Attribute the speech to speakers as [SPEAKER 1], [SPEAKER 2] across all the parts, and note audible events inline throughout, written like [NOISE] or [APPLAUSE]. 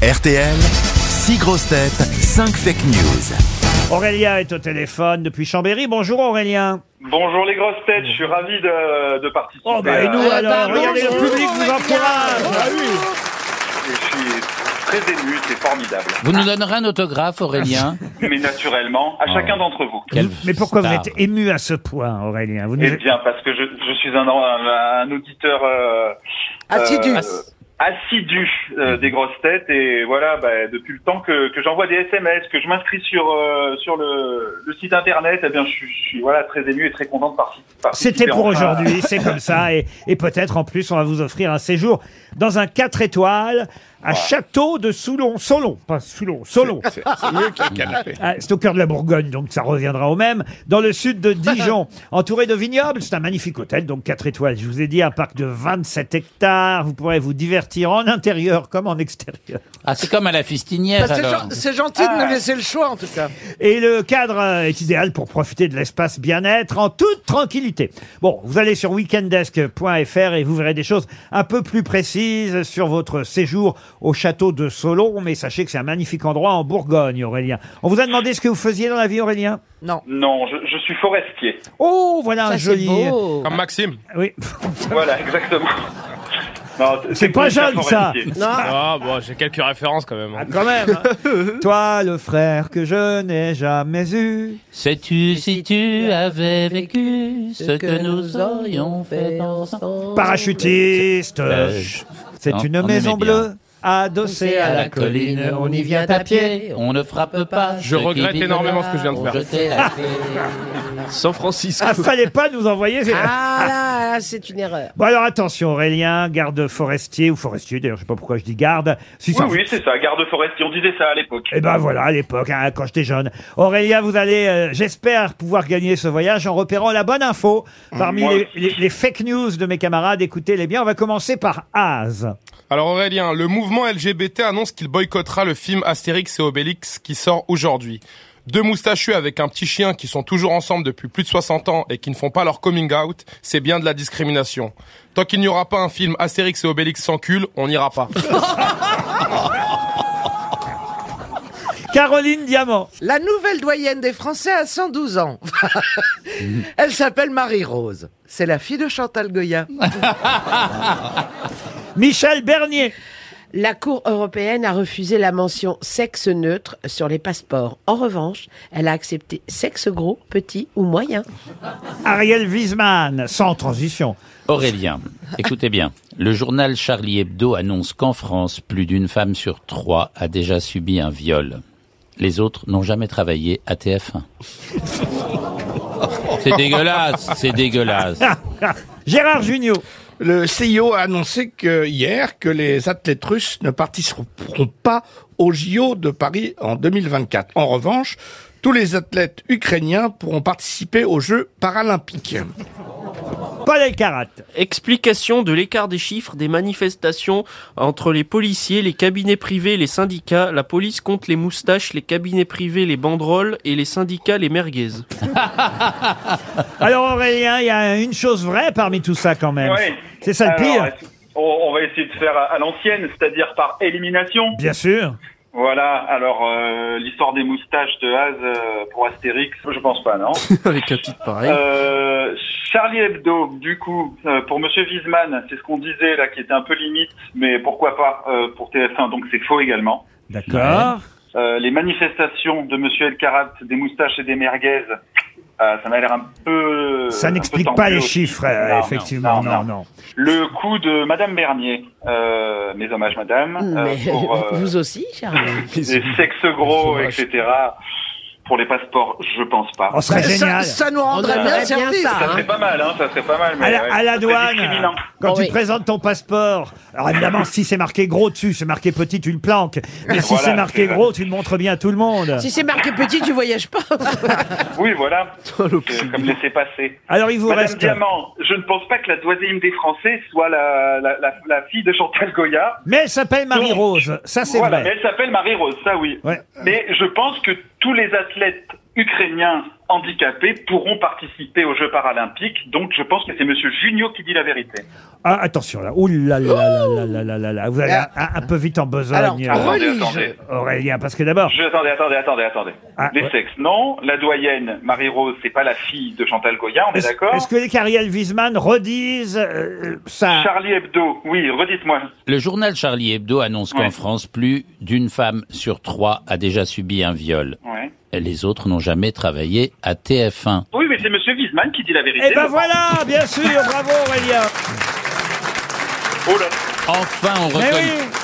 [SPEAKER 1] RTL, 6 grosses têtes, 5 fake news.
[SPEAKER 2] Aurélien est au téléphone depuis Chambéry. Bonjour Aurélien.
[SPEAKER 3] Bonjour les grosses têtes, je suis ravi de, de participer.
[SPEAKER 2] Oh bah
[SPEAKER 3] à-
[SPEAKER 2] et nous
[SPEAKER 3] et
[SPEAKER 2] alors, regardez le public vous encourage. Ah oui.
[SPEAKER 3] Je suis très ému, c'est formidable.
[SPEAKER 4] Vous nous donnerez un autographe, Aurélien
[SPEAKER 3] Mais naturellement, à
[SPEAKER 2] Ah.
[SPEAKER 3] chacun d'entre vous.
[SPEAKER 4] Quelle
[SPEAKER 2] Mais pourquoi vous
[SPEAKER 4] star.
[SPEAKER 2] êtes ému à ce point Aurélien Vous
[SPEAKER 3] Eh
[SPEAKER 2] nous-
[SPEAKER 3] bien, parce que je, je suis un, un- un auditeur euh,
[SPEAKER 5] Assidu.
[SPEAKER 3] euh, assidu euh, des grosses têtes et voilà, bah, depuis le temps que, que j'envoie des SMS, que je m'inscris sur euh, sur le, le site internet, eh bien, je, suis- je suis voilà très ému et très content de parti- participer.
[SPEAKER 2] C'était pour
[SPEAKER 3] enfin à-
[SPEAKER 2] aujourd'hui, c'est comme ça. Et, et peut-être en plus, on va vous offrir un séjour dans un 4 étoiles à Château de Soulon. Solon, pas Soulon, Solon.
[SPEAKER 6] C'est c'est mieux qu'un canapé.
[SPEAKER 2] Ah, C'est au cœur de la Bourgogne, donc ça reviendra au même. Dans le sud de Dijon,
[SPEAKER 6] [LAUGHS]
[SPEAKER 2] entouré de vignobles, c'est un magnifique hôtel, donc 4 étoiles. Je vous ai dit, un parc de 27 hectares. Vous pourrez vous divertir en intérieur comme en extérieur.
[SPEAKER 4] Ah, c'est comme à la
[SPEAKER 5] Bah,
[SPEAKER 4] fistinière,
[SPEAKER 5] c'est
[SPEAKER 4] alors.
[SPEAKER 5] gen- c'est gentil de nous laisser le choix en tout cas.
[SPEAKER 2] Et le cadre euh, est idéal pour profiter de l'espace bien-être en toute tranquillité. Bon, vous allez sur weekendesk.fr et vous verrez des choses un peu plus précises sur votre séjour au château de Solon. Mais sachez que c'est un magnifique endroit en Bourgogne, Aurélien. On vous a demandé ce que vous faisiez dans la vie, Aurélien
[SPEAKER 5] Non.
[SPEAKER 3] Non, je, je suis forestier.
[SPEAKER 2] Oh, voilà un joli...
[SPEAKER 7] Ah,
[SPEAKER 6] Comme Maxime.
[SPEAKER 2] Oui. [LAUGHS]
[SPEAKER 3] Voilà, exactement. Non,
[SPEAKER 2] C'est pas
[SPEAKER 3] plus qu'un
[SPEAKER 2] jeune, ça.
[SPEAKER 3] forestier.
[SPEAKER 5] Non.
[SPEAKER 6] Ah, bon, j'ai quelques références quand même.
[SPEAKER 2] Ah, quand même. [LAUGHS] hein. Toi, le frère que je n'ai jamais eu.
[SPEAKER 4] Sais-tu si tu avais vécu ce que nous aurions fait ensemble
[SPEAKER 2] Parachutiste.
[SPEAKER 4] Pêche.
[SPEAKER 2] C'est
[SPEAKER 4] Euh, On-
[SPEAKER 2] une
[SPEAKER 4] on
[SPEAKER 2] maison
[SPEAKER 4] aimait
[SPEAKER 2] bleue adossée à la colline. On y vient à pied.
[SPEAKER 4] on ne frappe pas.
[SPEAKER 6] Je regrette énormément ce que je viens de faire. San Francisco.
[SPEAKER 2] Ah, fallait pas nous envoyer.
[SPEAKER 5] Ah là, là, c'est une erreur.
[SPEAKER 2] Bon alors attention Aurélien, garde forestier ou forestier d'ailleurs je sais pas pourquoi je dis garde. Si
[SPEAKER 3] Oui,
[SPEAKER 2] ça-
[SPEAKER 3] oui, c'est ça, garde forestier, on disait ça à l'époque.
[SPEAKER 2] Eh ben voilà à l'époque hein, quand j'étais jeune. Aurélien vous allez euh, j'espère pouvoir gagner ce voyage en repérant la bonne info parmi
[SPEAKER 3] Moi
[SPEAKER 2] les,
[SPEAKER 3] aussi.
[SPEAKER 2] les- les fake news de mes camarades. Écoutez-les bien. On va commencer par Az.
[SPEAKER 6] Alors Aurélien, le mouvement LGBT annonce qu'il boycottera le film Astérix et Obélix qui sort aujourd'hui. Deux moustachus avec un petit chien qui sont toujours ensemble depuis plus de 60 ans et qui ne font pas leur coming out, c'est bien de la discrimination. Tant qu'il n'y aura pas un film Astérix et Obélix sans cul, on n'ira pas.
[SPEAKER 2] Caroline Diamant.
[SPEAKER 5] La nouvelle doyenne des Français a 112 ans. Elle s'appelle Marie-Rose. C'est la fille de Chantal Goya.
[SPEAKER 2] Michel Bernier.
[SPEAKER 7] La Cour européenne a refusé la mention sexe neutre sur les passeports. En revanche, elle a accepté sexe gros, petit ou moyen.
[SPEAKER 2] Ariel Wiesman, sans transition. [LAUGHS]
[SPEAKER 4] Aurélien, écoutez bien. Le journal Charlie Hebdo annonce qu'en France, plus d'une femme sur trois a déjà subi un viol. Les autres n'ont jamais travaillé à TF1. C'est dégueulasse, c'est dégueulasse.
[SPEAKER 2] Gérard Junior.
[SPEAKER 8] Le CIO a annoncé que, hier que les athlètes russes ne participeront pas aux JO de Paris en 2024. En revanche, tous les athlètes ukrainiens pourront participer aux Jeux paralympiques.
[SPEAKER 2] Paul Elkarat.
[SPEAKER 9] Explication de l'écart des chiffres des manifestations entre les policiers, les cabinets privés et les syndicats. La police compte les moustaches, les cabinets privés les banderoles et les syndicats les merguez.
[SPEAKER 2] Alors Aurélien, il y a une chose vraie parmi tout ça quand même.
[SPEAKER 3] Ouais.
[SPEAKER 2] Ah, C'est ça le
[SPEAKER 3] Alors,
[SPEAKER 2] pire.
[SPEAKER 3] On, on va essayer de faire à, à l'ancienne, c'est-à-dire par élimination.
[SPEAKER 2] Bien sûr.
[SPEAKER 3] Voilà, alors euh, l'histoire des moustaches de Haz euh, pour Astérix, je pense pas, non
[SPEAKER 9] [LAUGHS] Avec un titre pareil.
[SPEAKER 3] Euh, Charlie Hebdo, du coup, euh, pour Monsieur Wiesmann, c'est ce qu'on disait là, qui était un peu limite, mais pourquoi pas euh, pour TF1, donc c'est faux également.
[SPEAKER 2] D'accord.
[SPEAKER 3] Euh, les manifestations de Monsieur El Karat, des moustaches et des merguez, euh, ça m'a l'air un peu...
[SPEAKER 2] Ça
[SPEAKER 3] un peu
[SPEAKER 2] n'explique
[SPEAKER 3] tendu
[SPEAKER 2] pas les
[SPEAKER 3] Euh, aussi.
[SPEAKER 2] chiffres, euh,
[SPEAKER 3] Non, non,
[SPEAKER 2] effectivement. Non, non.
[SPEAKER 3] Le coup de Madame Bernier, euh, mes hommages Madame, euh,
[SPEAKER 7] Mais
[SPEAKER 3] pour euh,
[SPEAKER 7] vous aussi, Charles.
[SPEAKER 3] les sexes gros,
[SPEAKER 6] Hommages.
[SPEAKER 3] etc. Pour les passeports, je pense pas.
[SPEAKER 2] On serait
[SPEAKER 5] Ça-
[SPEAKER 2] génial.
[SPEAKER 5] Ça, nous rendrait
[SPEAKER 7] On
[SPEAKER 5] bien
[SPEAKER 7] aimerait bien
[SPEAKER 5] service.
[SPEAKER 7] ça,
[SPEAKER 3] Ça serait pas mal, hein, ça serait pas mal, mais
[SPEAKER 2] À la,
[SPEAKER 3] ouais,
[SPEAKER 2] à la
[SPEAKER 3] c'est
[SPEAKER 2] douane,
[SPEAKER 3] discriminant.
[SPEAKER 2] quand
[SPEAKER 7] Oh
[SPEAKER 2] tu
[SPEAKER 7] oui.
[SPEAKER 2] présentes ton passeport, alors évidemment, si c'est marqué gros dessus, c'est marqué petit, tu le planques. Mais si
[SPEAKER 3] Voilà,
[SPEAKER 2] c'est marqué
[SPEAKER 3] c'est ça.
[SPEAKER 2] gros, tu le montres bien à tout le monde.
[SPEAKER 7] si c'est marqué petit, tu voyages pas.
[SPEAKER 3] Oui, voilà. C'est Comme laisser passer.
[SPEAKER 2] Alors il vous
[SPEAKER 3] Madame
[SPEAKER 2] reste.
[SPEAKER 3] Diamant, je ne pense pas que la doisine des Français soit la, la, la, la fille de Chantal Goya.
[SPEAKER 2] Mais elle s'appelle Marie-Rose, ça Ah, c'est
[SPEAKER 3] Voilà,
[SPEAKER 2] vrai.
[SPEAKER 3] mais elle s'appelle Marie-Rose, ça oui.
[SPEAKER 2] Ouais.
[SPEAKER 3] Mais je pense que tous les athlètes ukrainiens handicapés pourront participer aux Jeux paralympiques. Donc je pense que c'est Monsieur Junio qui dit la vérité.
[SPEAKER 2] Ah, attention là. Ouh là là là là là là là là. Vous allez
[SPEAKER 7] Ah.
[SPEAKER 2] un, un- un peu vite en besogne,
[SPEAKER 3] Alors,
[SPEAKER 2] euh,
[SPEAKER 3] attendez, attendez.
[SPEAKER 2] Aurélien, parce que d'abord,
[SPEAKER 3] Ah. Je, attendez, attendez, attendez, attendez.
[SPEAKER 2] Ah,
[SPEAKER 3] les
[SPEAKER 2] ouais.
[SPEAKER 3] sexes, non. La doyenne, Marie-Rose, c'est pas la fille de Chantal Goya, on est,
[SPEAKER 2] est-ce
[SPEAKER 3] d'accord
[SPEAKER 2] est-ce que les Cariel Wiesman redisent euh, ça
[SPEAKER 3] Charlie Hebdo, oui, redites-moi.
[SPEAKER 4] Le journal Charlie Hebdo annonce qu'en
[SPEAKER 3] Ouais.
[SPEAKER 4] France, plus d'une femme sur trois a déjà subi un viol.
[SPEAKER 3] Ouais.
[SPEAKER 4] Et les autres n'ont jamais travaillé à TF1.
[SPEAKER 3] Oui, mais c'est Monsieur Wiesmann qui dit la vérité.
[SPEAKER 2] Eh ben
[SPEAKER 3] maintenant.
[SPEAKER 2] voilà, bien sûr, bravo Aurélien.
[SPEAKER 3] Oh là.
[SPEAKER 4] Enfin, on
[SPEAKER 2] Mais oui.
[SPEAKER 4] reconnaît.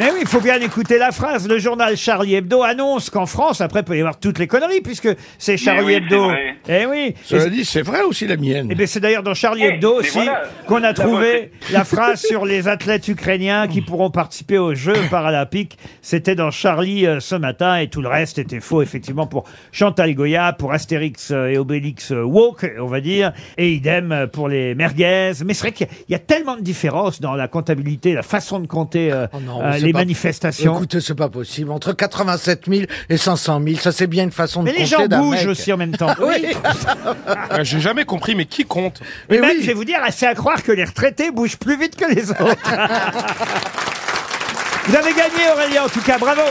[SPEAKER 2] Mais oui, il faut bien écouter la phrase. Le journal Charlie Hebdo annonce qu'en France, après, il peut y avoir toutes les conneries, puisque c'est Charlie
[SPEAKER 3] oui,
[SPEAKER 2] Hebdo.
[SPEAKER 3] c'est
[SPEAKER 2] Eh oui.
[SPEAKER 8] Cela dit, c'est vrai aussi la mienne.
[SPEAKER 2] Et bien, c'est d'ailleurs dans Charlie
[SPEAKER 3] Eh,
[SPEAKER 2] Hebdo
[SPEAKER 3] mais
[SPEAKER 2] aussi
[SPEAKER 3] voilà,
[SPEAKER 2] qu'on a
[SPEAKER 3] la
[SPEAKER 2] trouvé [LAUGHS]
[SPEAKER 3] beauté.
[SPEAKER 2] la phrase sur les athlètes ukrainiens qui pourront participer aux Jeux paralympiques. C'était dans Charlie euh, ce matin et tout le reste était faux, effectivement, pour Chantal Goya, pour Astérix euh, et Obélix euh, Walk, on va dire, et idem euh, pour les merguez. Mais c'est vrai qu'il y a- il y, a tellement de différences dans la comptabilité, la façon de compter euh,
[SPEAKER 5] Oh non,
[SPEAKER 2] euh,
[SPEAKER 5] c'est
[SPEAKER 2] les
[SPEAKER 5] pas-
[SPEAKER 2] manifestations.
[SPEAKER 5] Écoutez, c'est pas possible. Entre 87 000 et 500 000, ça c'est bien une façon
[SPEAKER 2] mais
[SPEAKER 5] de
[SPEAKER 2] les
[SPEAKER 5] compter
[SPEAKER 2] gens
[SPEAKER 5] d'un
[SPEAKER 2] bougent
[SPEAKER 5] mec.
[SPEAKER 2] aussi en même temps.
[SPEAKER 5] [LAUGHS] Oui,
[SPEAKER 6] Euh, J'ai jamais compris, mais qui compte
[SPEAKER 2] Mais
[SPEAKER 5] mais
[SPEAKER 2] même,
[SPEAKER 5] oui.
[SPEAKER 2] je vais vous dire, c'est à croire que les retraités bougent
[SPEAKER 5] [LAUGHS]
[SPEAKER 2] plus vite que les autres. vous avez gagné, Aurélien, en tout cas, bravo.